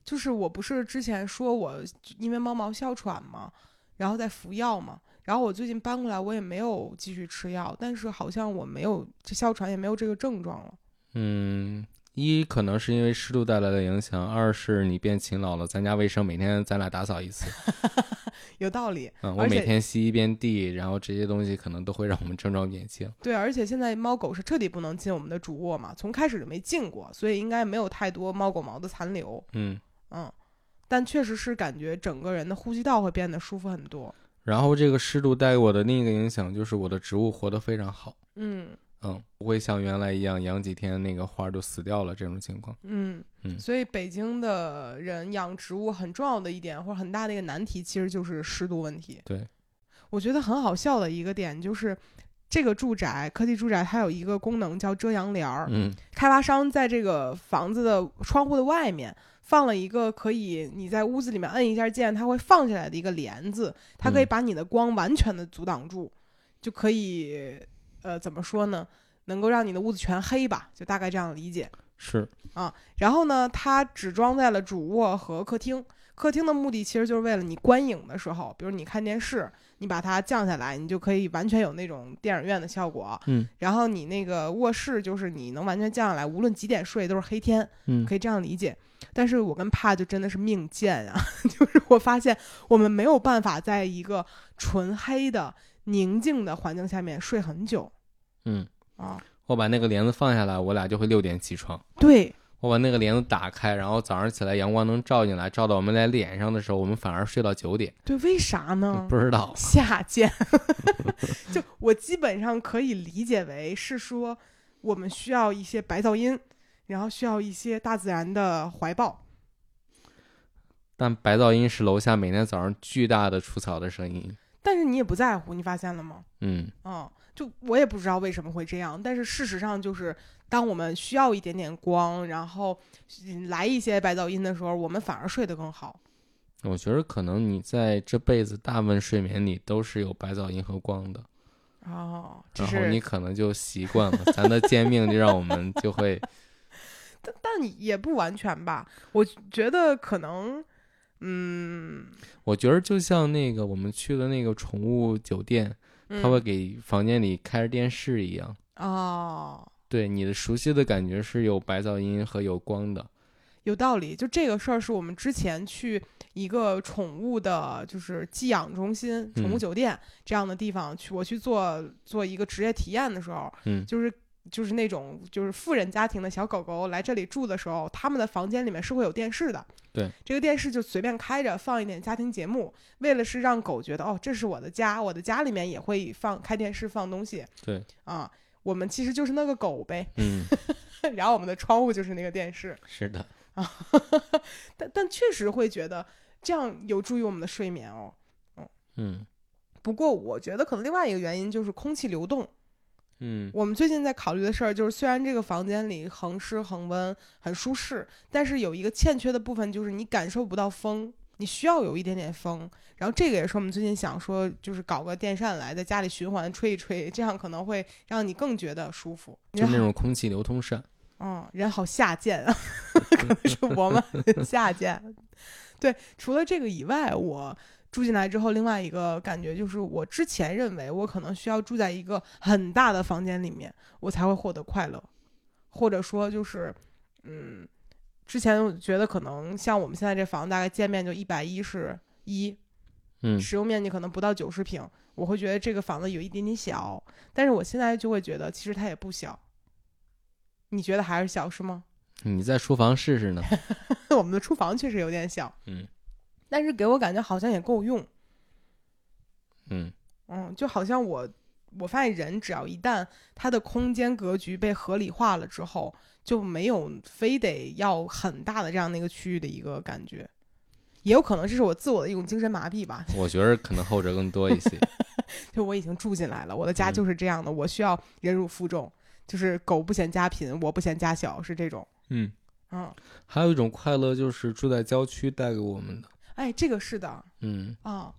就是我不是之前说我因为猫毛哮喘嘛，然后在服药嘛，然后我最近搬过来，我也没有继续吃药，但是好像我没有这哮喘也没有这个症状了。嗯，一可能是因为湿度带来的影响，二是你变勤劳了。咱家卫生每天咱俩打扫一次，有道理，嗯，我而且每天吸一遍地，然后这些东西可能都会让我们症状减轻。对，而且现在猫狗是彻底不能进我们的主卧嘛，从开始就没进过，所以应该没有太多猫狗毛的残留。嗯，嗯，但确实是感觉整个人的呼吸道会变得舒服很多。然后这个湿度带给我的另一个影响就是我的植物活得非常好，嗯嗯，不会像原来一样养几天那个花儿就死掉了这种情况。嗯，嗯所以北京的人养植物很重要的一点，或者很大的一个难题，其实就是湿度问题。对，我觉得很好笑的一个点就是，这个住宅科技住宅它有一个功能叫遮阳帘儿，嗯开发商在这个房子的窗户的外面放了一个可以你在屋子里面摁一下键，它会放下来的一个帘子，它可以嗯把你的光完全的阻挡住，就可以呃怎么说呢，能够让你的屋子全黑吧，就大概这样理解。是，然后呢，它只装在了主卧和客厅。客厅的目的其实就是为了你观影的时候，比如你看电视，你把它降下来，你就可以完全有那种电影院的效果。嗯然后你那个卧室就是你能完全降下来，无论几点睡都是黑天，嗯可以这样理解。但是我跟帕就真的是命贱啊， 就是我发现我们没有办法在一个纯黑的宁静的环境下面睡很久嗯，啊。我把那个帘子放下来，我俩就会六点起床。对，我把那个帘子打开，然后早上起来阳光能照进来，照到我们俩脸上的时候，我们反而睡到九点。对，为啥呢？不知道，下贱， 就我基本上可以理解为是说，我们需要一些白噪音，然后需要一些大自然的怀抱。但白噪音是楼下每天早上巨大的除草的声音。但是你也不在乎，你发现了吗？嗯，嗯，就我也不知道为什么会这样，但是事实上就是，当我们需要一点点光，然后嗯来一些白噪音的时候，我们反而睡得更好。我觉得可能你在这辈子大部分睡眠里都是有白噪音和光的，哦，这然后是，你可能就习惯了。咱的贱命就让我们就会，但但也不完全吧，我觉得可能，嗯，我觉得就像那个我们去的那个宠物酒店，嗯它会给房间里开着电视一样。哦，对你的熟悉的感觉是有白噪音和有光的，有道理，就这个事儿是我们之前去一个宠物的，就是寄养中心、宠物嗯酒店这样的地方去，我去做做一个职业体验的时候，嗯就是就是那种就是富人家庭的小狗狗来这里住的时候，他们的房间里面是会有电视的，对，这个电视就随便开着放一点家庭节目，为了是让狗觉得哦，这是我的家，我的家里面也会放开电视放东西对，啊，我们其实就是那个狗呗， 嗯，然后我们的窗户就是那个电视。是的，但但确实会觉得这样有助于我们的睡眠哦。嗯不过我觉得可能另外一个原因就是空气流动。嗯我们最近在考虑的事儿就是，虽然这个房间里恒湿恒温很舒适，但是有一个欠缺的部分就是你感受不到风，你需要有一点点风。然后这个也是我们最近想说，就是搞个电扇来在家里循环吹一吹，这样可能会让你更觉得舒服。就那种空气流通扇。嗯，人好下贱啊， 可能是我们很下贱。对，除了这个以外，我住进来之后，另外一个感觉就是，我之前认为我可能需要住在一个很大的房间里面，我才会获得快乐，或者说就是，嗯，之前我觉得可能像我们现在这房子大概界面就一百一十一，嗯使用面积可能不到九十平，我会觉得这个房子有一点点小，但是我现在就会觉得其实它也不小，你觉得还是小是吗？ 你在书房试 试呢。我们的厨房确实有点小，嗯但是给我感觉好像也够用。嗯嗯，就好像我我发现人只要一旦他的空间格局被合理化了之后，就没有非得要很大的这样的一个区域的一个感觉。也有可能这是我自我的一种精神麻痹吧，我觉得可能后者更多一些。就我已经住进来了，我的家嗯就是这样的，我需要忍辱负重，就是狗不嫌家贫，我不嫌家小，是这种。 嗯，嗯，还有一种快乐就是住在郊区带给我们的。哎，这个是的，嗯啊，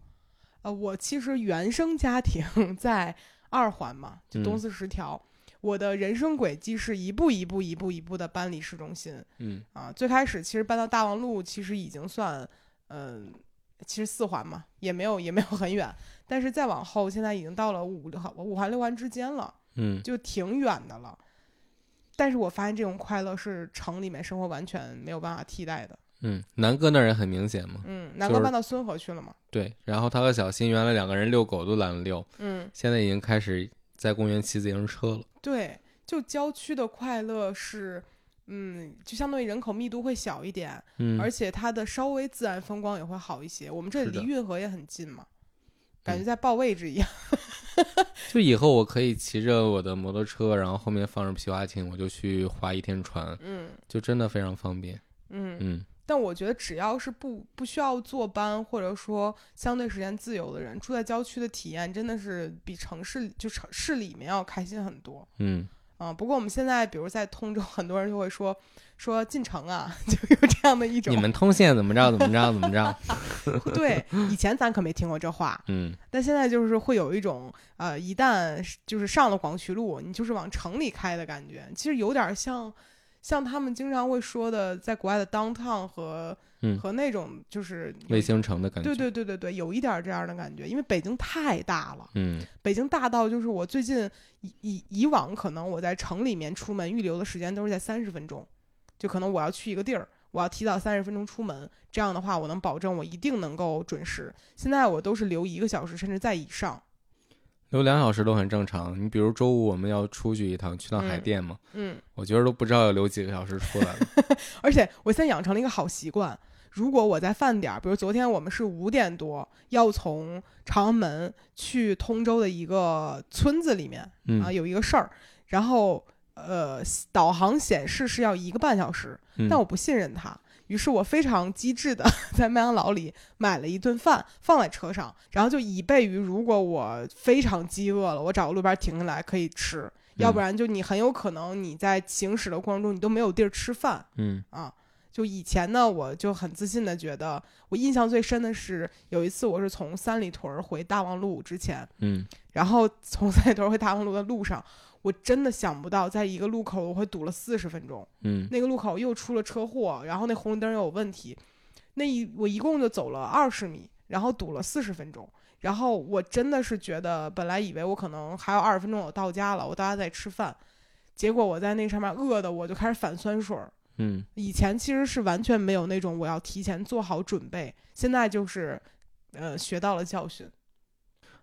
呃，我其实原生家庭 在二环嘛，就东嗯四十条。我的人生轨迹是一步一步、一步一步的搬离市中心嗯啊。最开始其实搬到大望路，其实已经算，嗯、其实四环嘛，也没有也没有很远。但是再往后，现在已经到了五环、五环、六环之间了， 嗯就挺远的了。但是我发现这种快乐是城里面生活完全没有办法替代的。嗯，南哥那儿也很明显嘛。嗯，南就哥是搬到孙河去了嘛？对，然后他和小新原来两个人遛狗都懒得遛，嗯，现在已经开始在公园骑自行车了。对，就郊区的快乐是，嗯，就相对于人口密度会小一点，嗯，而且它的稍微自然风光也会好一些。我们这是里的离运河也很近嘛，感觉嗯在报位置一样。就以后我可以骑着我的摩托车，然后后面放着皮划艇，我就去划一天船，嗯就真的非常方便。嗯，嗯但我觉得只要是不不需要坐班，或者说相对时间自由的人，住在郊区的体验真的是比城市就城市里面要开心很多。嗯，啊、不过我们现在，比如在通州，很多人就会说说进城啊， 就有这样的一种你。们通县怎么着怎么着怎么 着？ 对，以前咱可没听过这话，嗯但现在就是会有一种呃，一旦是就是上了广渠路，你就是往城里开的感觉。其实有点像，像他们经常会说的，在国外的 downtown 和、嗯和那种就是有卫星城的感觉。对对对对对，有一点这样的感觉。因为北京太大了，嗯北京大到就是我最近以以以往可能我在城里面出门预留的时间都是在三十分钟，就可能我要去一个地儿，我要提早三十分钟出门，这样的话我能保证我一定能够准时。现在我都是留一个小时甚至在以上，留两小时都很正常。你比如周五我们要出去一趟，去趟海嗯淀嘛，嗯，我觉得都不知道要留几个小时出 来了。而且我现在养成了一个好习惯。如果我在饭点儿，比如昨天我们是五点多要从朝阳门去通州的一个村子里面啊，嗯，有一个事儿，然后呃导航显示是要一个半小时，嗯但我不信任他，于是我非常机智的 在麦当劳里买了一顿饭放在车上，然后就以备于如果我非常饥饿了，我找个路边停下来可以吃，要不嗯然就你很有可能你在行驶的过程中你都没有地儿吃饭嗯啊。就以前呢，我就很自信的觉得，我印象最深的是有一次我是从三里屯儿回大望路之前，嗯然后从三里屯儿回大望路的路上，我真的想不到，在一个路口我会堵了四十分钟。嗯那个路口又出了车祸，然后那红绿灯又有问题，那一我一共就走了二十米，然后堵了四十分钟，然后我真的是觉得本来以为我可能还有二十分钟我到家了，我到家再吃饭，结果我在那上面饿的我就开始反酸水儿。嗯以前其实是完全没有那种我要提前做好准备，现在就是，呃，学到了教训。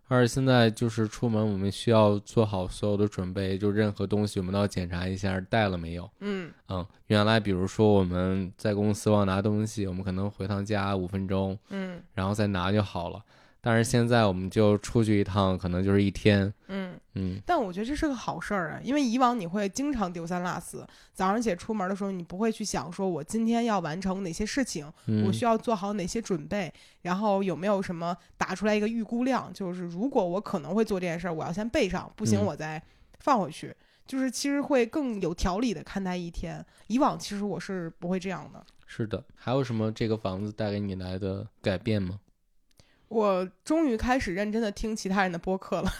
而且现在就是出门，我们需要做好所有的准备，就任何东西我们都要检查一下带了没有。嗯嗯，原来比如说我们在公司忘拿东西，我们可能回趟家五分钟，嗯然后再拿就好了。但是现在我们就出去一趟，可能就是一天。嗯，嗯但我觉得这是个好事儿啊，因为以往你会经常丢三落四，早上起来出门的时候，你不会去想说我今天要完成哪些事情，嗯，我需要做好哪些准备，然后有没有什么打出来一个预估量，就是如果我可能会做这件事儿，我要先备上，不行嗯我再放回去。就是其实会更有条理的看待一天，以往其实我是不会这样的。嗯是的。还有什么这个房子带给你来的改变吗？我终于开始认真的听其他人的播客了。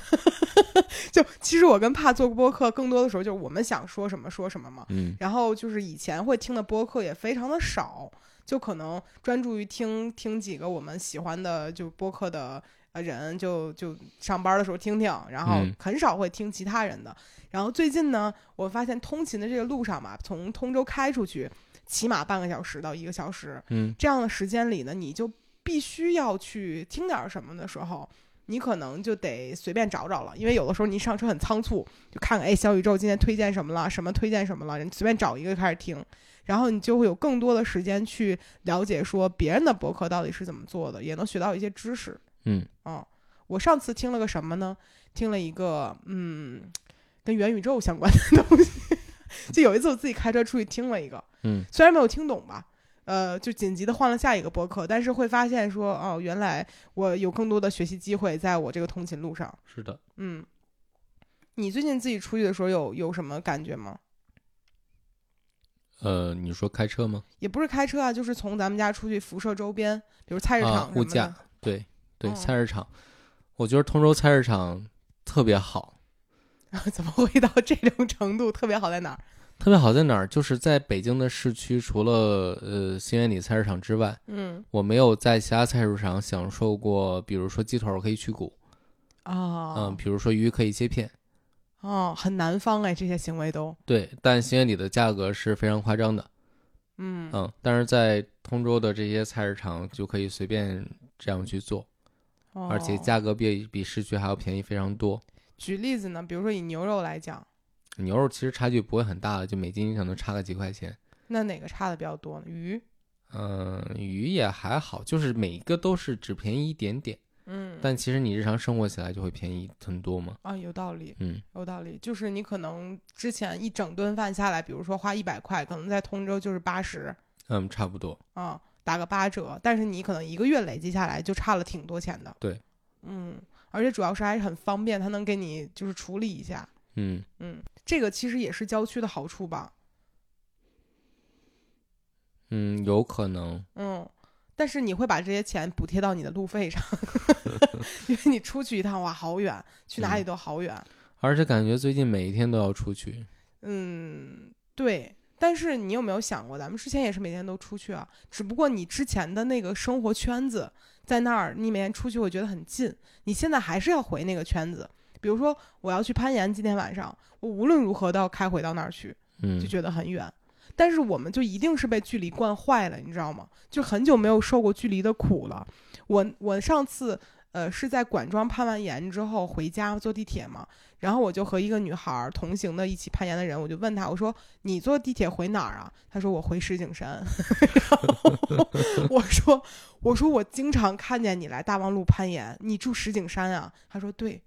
就其实我跟帕做播客，更多的时候就是我们想说什么说什么嘛。嗯然后就是以前会听的播客也非常的少，就可能专注于听听几个我们喜欢的就播客的呃人，就就上班的时候听听，然后嗯很少会听其他人的。然后最近呢，我发现通勤的这个路上嘛，从通州开出去，起码半个小时到一个小时，嗯这样的时间里呢，你就必须要去听点儿什么的时候，你可能就得随便找找了，因为有的时候你上车很仓促，就看看哎小宇宙今天推荐什么了，什么推荐什么了，你随便找一个开始听，然后你就会有更多的时间去了解说别人的博客到底是怎么做的，也能学到一些知识。嗯，哦，我上次听了个什么呢？听了一个嗯，跟元宇宙相关的东西。 就有一次我自己开车出去听了一个，嗯，虽然没有听懂吧，呃，就紧急的换了下一个播客，但是会发现说，哦，原来我有更多的学习机会在我这个通勤路上。是的，嗯，你最近自己出去的时候有有什么感觉吗？呃，你说开车吗？也不是开车啊，就是从咱们家出去辐射周边，比如菜市啊场什么的。物价对对，哦菜市场，我觉得通州菜市场特别好，怎么会到这种程度？特别好在哪儿？特别好在哪儿？就是在北京的市区，除了呃新源里菜市场之外，嗯我没有在其他菜市场享受过，比如说鸡腿儿可以去骨，嗯，哦比如说鱼可以切片，哦，很南方哎，这些行为都对，但新源里的价格是非常夸张的，嗯嗯，但是在通州的这些菜市场就可以随便这样去做，哦而且价格比比市区还要便宜非常多。举例子呢，比如说以牛肉来讲，牛肉其实差距不会很大的，就每斤可能差个几块钱。那哪个差的比较多呢？鱼，嗯，鱼也还好，就是每一个都是只便宜一点点，嗯，但其实你日常生活起来就会便宜很多嘛。啊，有道理，嗯，有道理。就是你可能之前一整顿饭下来，比如说花一百块，可能在通州就是八十嗯，差不多。啊，打个八折，但是你可能一个月累积下来就差了挺多钱的。对，嗯，而且主要是还是很方便，它能给你就是处理一下。嗯，嗯，这个其实也是郊区的好处吧。嗯，有可能，嗯，但是你会把这些钱补贴到你的路费上， 因为你出去一趟哇，好远，去哪里都好远。而且感觉最近每一天都要出去。嗯，对。但是你有没有想过，咱们之前也是每天都出去啊，只不过你之前的那个生活圈子在那儿，你每天出去会觉得很近，你现在还是要回那个圈子。比如说我要去攀岩，今天晚上我无论如何都要开回到那儿去，嗯就，觉得很远。但是我们就一定是被距离惯坏了，你知道吗？就很久没有受过距离的苦了。我我上次呃是在管庄攀完岩之后回家坐地铁嘛，然后我就和一个女孩儿同行的一起攀岩的人，我就问她，我说你坐地铁回哪儿啊？她说我回石景山。然后我说我说我经常看见你来大望路攀岩，你住石景山啊？她说对。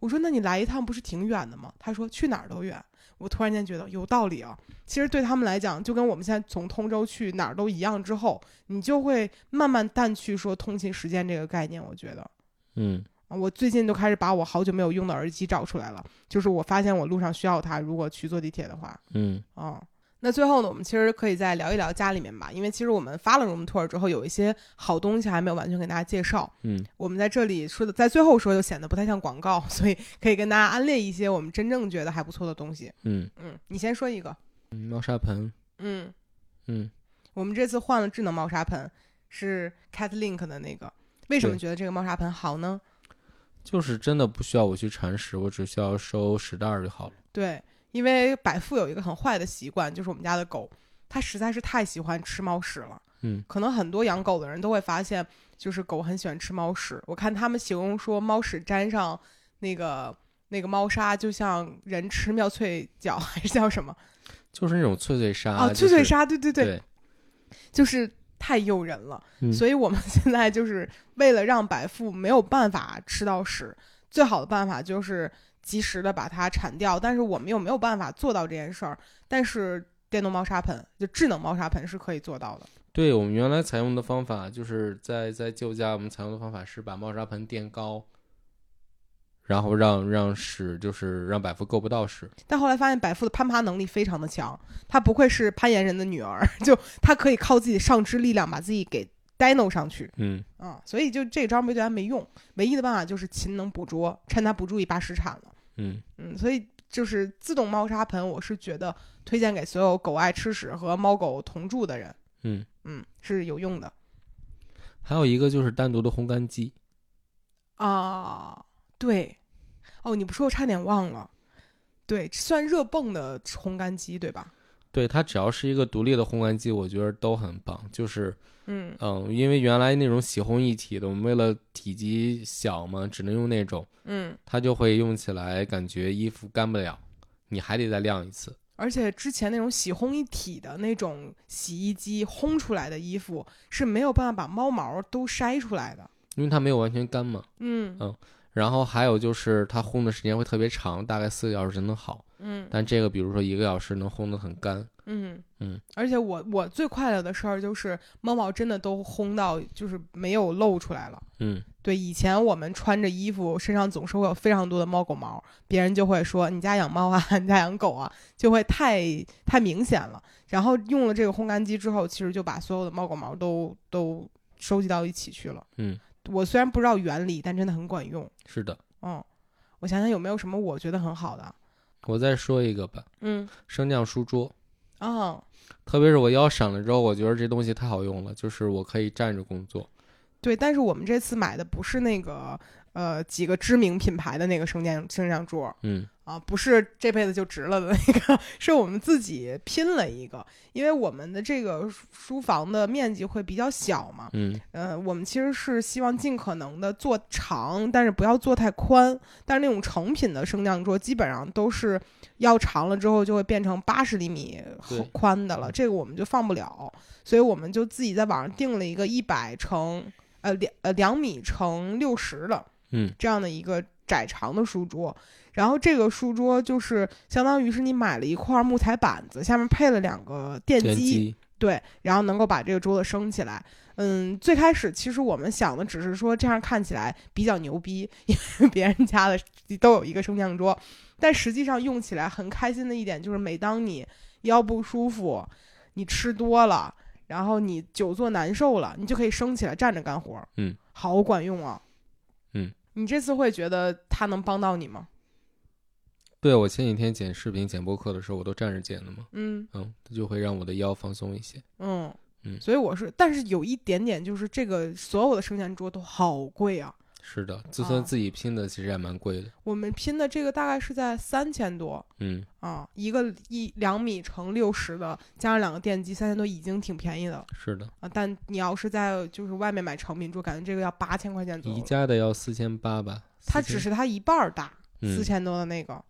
我说那你来一趟不是挺远的吗？她说去哪儿都远。我突然间觉得有道理啊！其实对他们来讲，就跟我们现在从通州去哪儿都一样。之后，你就会慢慢淡去说通勤时间这个概念。我觉得，嗯，啊我最近就开始把我好久没有用的耳机找出来了，就是我发现我路上需要它，如果去坐地铁的话，嗯，啊、那最后呢，我们其实可以再聊一聊家里面吧，因为其实我们发了 room tour 之后，有一些好东西还没有完全给大家介绍。嗯，我们在这里说的，在最后说就显得不太像广告，所以可以跟大家安利一些我们真正觉得还不错的东西。嗯，嗯，你先说一个。嗯猫砂盆，嗯，嗯，我们这次换了智能猫砂盆，是 Cat Link 的那个。为什么对觉得这个猫砂盆好呢？就是真的不需要我去铲屎，我只需要收屎袋儿就好了。对，因为百富有一个很坏的习惯，就是我们家的狗，它实在是太喜欢吃猫屎了。嗯，可能很多养狗的人都会发现，就是狗很喜欢吃猫屎。我看他们形容说，猫屎沾上那个那个猫砂，就像人吃妙脆角 还是叫什么就是那种脆脆鲨，啊？就脆脆是，鲨，对对对，对，就是太诱人了。嗯所以我们 现在就是为了让百富没有办法吃到屎，最好的办法就是及时的把它铲掉。但是我们又没有办法做到这件事儿，但是电动猫砂盆就智能猫砂盆是可以做到的。对我们原来采用的方法，就是在在旧家我们采用的方法是把猫砂盆垫高，然后让让屎就是让百富够不到屎。但后来发现百富的攀爬能力非常的强，她不愧是攀岩人的女儿， 就她可以靠自己上肢力量把自己给 dino 上去。嗯，啊、所以就这招没对她没用，唯一的办法就是勤能捕捉，趁她不注意把屎铲了。嗯，嗯，所以就是自动猫砂盆，我是觉得推荐给所有狗爱吃屎和猫狗同住的人，嗯，嗯，是有用的还有一个就是单独的烘干机，啊。对，哦，你不说我差点忘了，对，算热泵的烘干机对吧？对它只要是一个独立的烘干机，我觉得都很棒。就是嗯嗯，因为原来那种洗烘一体的，我们为了体积小嘛，只能用那种，嗯，它就会用起来感觉衣服干不了，你还得再晾一次。而且之前那种洗烘一体的那种洗衣机烘出来的衣服是没有办法把猫毛都筛出来的。因为它没有完全干嘛，嗯然后还有就是它烘的时间会特别长，大概四个小时能好。嗯但这个比如说一个小时能烘得很干，嗯嗯，而且我我最快乐的事儿就是猫毛真的都烘到就是没有露出来了。嗯，对，以前我们穿着衣服，身上总是会有非常多的猫狗毛，别人就会说你家养猫啊，你家养狗啊，就会太太明显了。然后用了这个烘干机之后，其实就把所有的猫狗毛都都收集到一起去了。嗯，我虽然不知道原理，但真的很管用。是的。嗯，我想想有没有什么我觉得很好的。我再说一个吧，嗯，升降书桌，哦，特别是我腰闪了之后，我觉得这东西太好用了，就是我可以站着工作。对，但是我们这次买的不是那个呃几个知名品牌的那个升降升降桌，嗯啊，不是这辈子就值了的那个， 是我们自己拼了一个，因为我们的这个书书房的面积会比较小嘛，嗯呃，我们其实是希望尽可能的做长，但是不要做太宽，但是那种成品的升降桌基本上都是要长了之后就会变成八十厘米对嗯宽的了，这个我们就放不了，所以我们就自己在网上订了一个一百乘呃两呃两米乘六十的，嗯，这样的一个窄长的书桌。然后这个书桌就是相当于是你买了一块木材板子，下面配了两个电电机，对，然后能够把这个桌子升起来。嗯，最开始其实我们想的只是说这样看起来比较牛逼， 因为别人家的都有一个升降桌，但实际上用起来很开心的一点就是，每当你腰不舒服，你吃多了，然后你久坐难受了，你就可以升起来站着干活。嗯，好管用啊。嗯，你这次会觉得它能帮到你吗？对我前几天剪视频、剪播客的时候，我都站着剪的嘛，嗯，嗯，它就会让我的腰放松一些。嗯，嗯所以我是，但是有一点点就是这个所有的升降桌都好贵啊。是的，自哦算自己拼的，其实还蛮贵的。我们拼的这个大概是在三千多嗯，啊，一个一两米乘六十的，加上两个电机，三千多已经挺便宜的了是的，啊。但你要是在就是外面买成品桌，感觉这个要八千块钱左宜右。家的要四千八吧，它4000只是它一半儿大，嗯四千多的那个，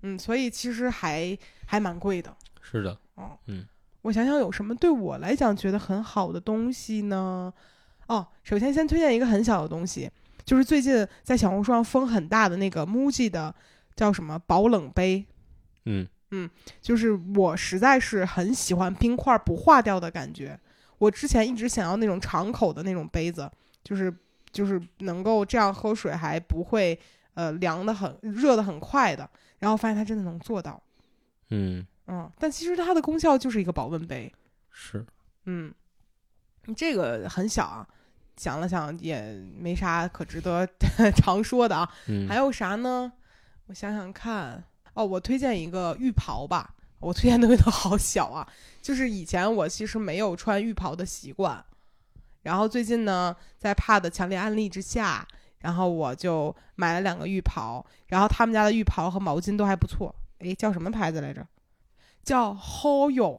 嗯，所以其实还还蛮贵的。是的，我想想有什么对我来讲觉得很好的东西呢？哦，首先先推荐一个很小的东西，就是最近在小红书上风很大的那个 MUJI 的叫什么保冷杯，嗯就是我实在是很喜欢冰块不化掉的感觉。我之前一直想要那种敞口的那种杯子，就是就是能够这样喝水还不会呃凉的很热的很快的，然后发现它真的能做到，嗯，嗯，但其实它的功效就是一个保温杯，是，嗯，这个很小啊，想了想也没啥可值得 常说的啊。嗯，还有啥呢？我想想看，哦，我推荐一个浴袍吧。我推荐的东西都好小啊，就是以前我其实没有穿浴袍的习惯，然后最近呢，在帕的强烈安利之下，然后我就买了两个浴袍，然后他们家的浴袍和毛巾都还不错。诶，叫什么牌子来着？叫 Hoyo，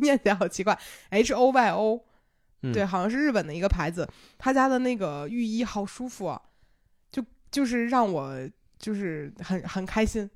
念起来好奇怪，H O Y O，嗯对，好像是日本的一个牌子。他家的那个浴衣好舒服、啊，就就是让我就是很很开心。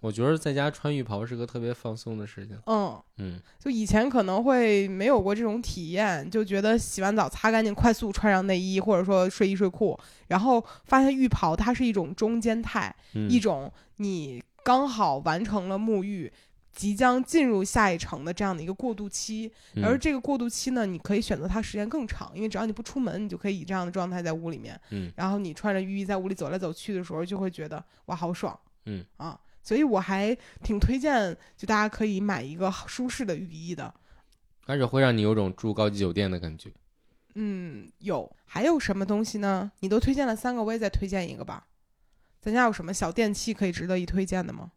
我觉得在家穿浴袍是个特别放松的事情。嗯，嗯，就以前可能会没有过这种体验，就觉得洗完澡擦干净，快速穿上内衣或者说睡衣睡裤，然后发现浴袍它是一种中间态，嗯一种你刚好完成了沐浴。即将进入下一程的这样的一个过渡期，嗯而这个过渡期呢，你可以选择它时间更长，因为只要你不出门，你就可以以这样的状态在屋里面。嗯然后你穿着浴衣在屋里走来走去的时候，就会觉得哇，好爽，嗯啊，所以我还挺推荐，就大家可以买一个舒适的浴衣的。而且会让你有种住高级酒店的感觉。嗯，有还有什么东西呢？你都推荐了三个，我也再推荐一个吧。咱家有什么小电器可以值得一推荐的吗？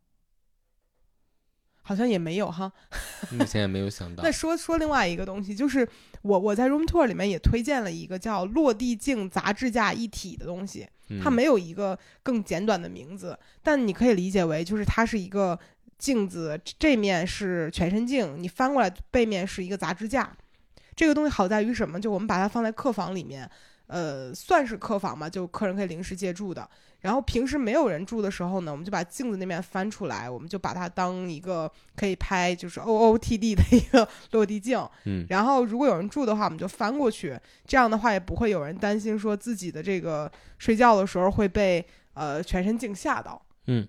好像也没有哈。目前也没有想到那，说说另外一个东西，就是我我在 Room Tour 里面也推荐了一个叫落地镜杂志架一体的东西，嗯它没有一个更简短的名字，但你可以理解为就是它是一个镜子，这面是全身镜，你翻过来背面是一个杂支架。这个东西好在于什么？就我们把它放在客房里面，呃，算是客房吧，就客人可以临时借住的。然后平时没有人住的时候呢，我们就把镜子那面翻出来，我们就把它当一个可以拍就是 OOTD 的一个落地镜。嗯然后如果有人住的话，我们就翻过去，这样的话也不会有人担心说自己的这个睡觉的时候会被呃全身镜吓到。嗯。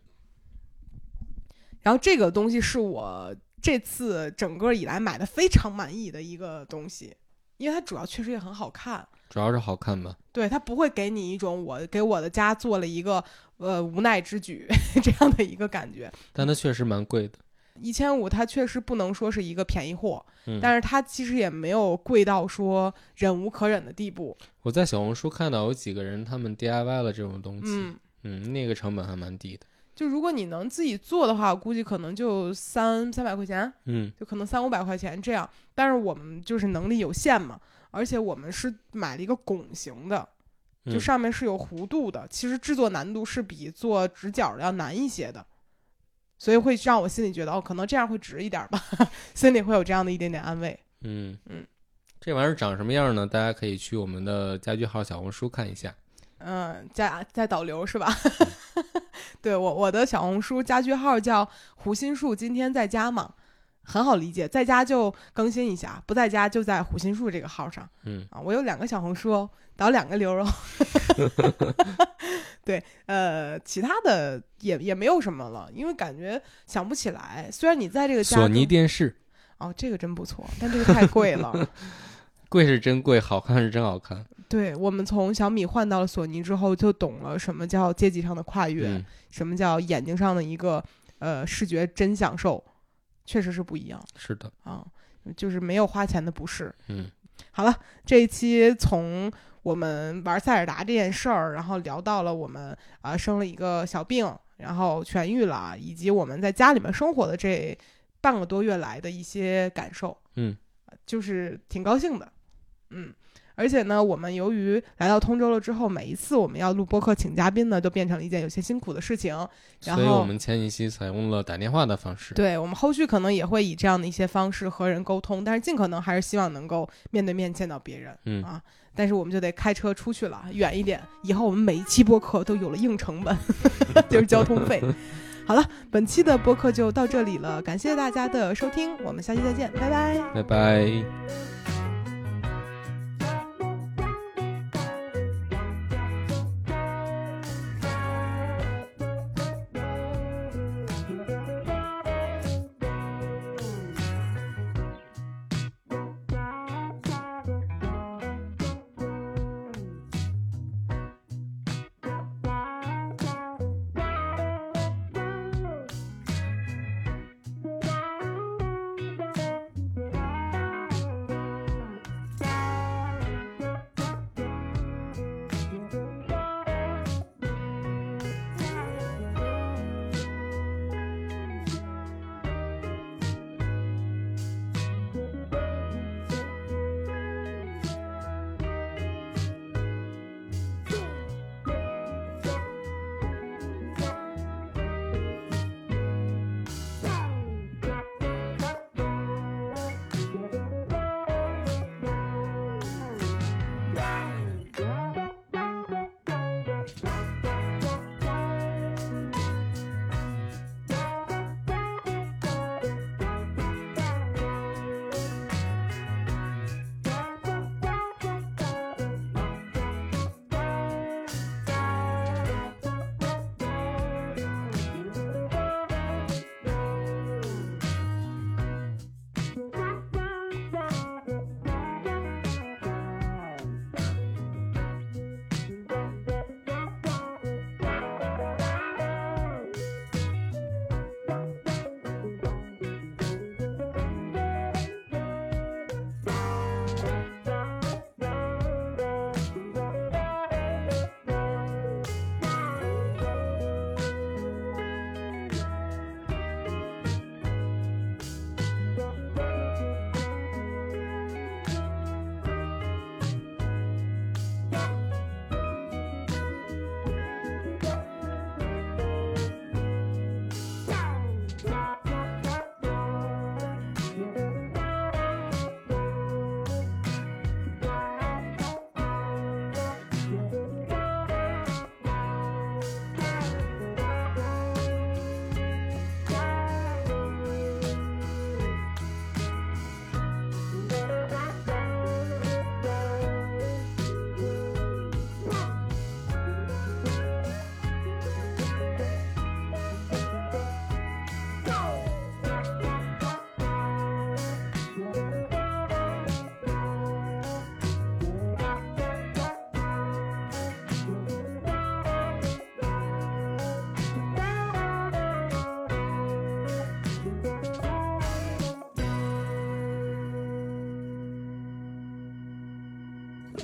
然后这个东西是我这次整个以来买的非常满意的一个东西，因为它主要确实也很好看。主要是好看吧。对，它不会给你一种我给我的家做了一个呃无奈之举 这样的一个感觉。但它确实蛮贵的。一千五，它确实不能说是一个便宜货，嗯，但是它其实也没有贵到说忍无可忍的地步。我在小红书看到有几个人他们 DIY 了这种东西，嗯，嗯那个成本还蛮低的。就如果你能自己做的话，我估计可能就三三百块钱，嗯就可能三五百块钱这样。但是我们就是能力有限嘛，而且我们是买了一个拱形的，就嗯上面是有弧度的。其实制作难度是比做直角的要难一些的，所以会让我心里觉得哦，可能这样会值一点吧， 心里会有这样的一点点安慰。嗯嗯，这玩意儿长什么样呢？大家可以去我们的家居号小红书看一下。嗯，加加导流是吧？ 对我我的小红书家居号叫胡心树，今天在家嘛，很好理解，在家就更新一下，不在家就在胡心树这个号上嗯啊。我有两个小红书哦，导两个流哦。 对，呃，其他的也也没有什么了，因为感觉想不起来。虽然你在这个家索尼中电视哦，这个真不错，但这个太贵了。 贵是真贵，好看是真好看。对我们从小米换到了索尼之后，就懂了什么叫阶级上的跨越。嗯，什么叫眼睛上的一个呃视觉真享受，确实是不一样是的，啊，就是没有花钱的不是。嗯好了，这一期从我们玩塞尔达这件事儿，然后聊到了我们啊、生了一个小病，然后痊愈了，以及我们在家里面生活的这半个多月来的一些感受，嗯呃，就是挺高兴的，嗯。而且呢，我们由于来到通州了之后，每一次我们要录播客请嘉宾呢，都变成了一件有些辛苦的事情。然所后以我们前几期采用了打电话的方式。对我们后续可能也会以这样的一些方式和人沟通，但是尽可能还是希望能够面对面见到别人。嗯啊，但是我们就得开车出去了，远一点。以后我们每一期播客都有了硬成本， 就是交通费。好了，本期的播客就到这里了，感谢大家的收听，我们下期再见，拜拜。拜拜。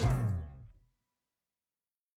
嗯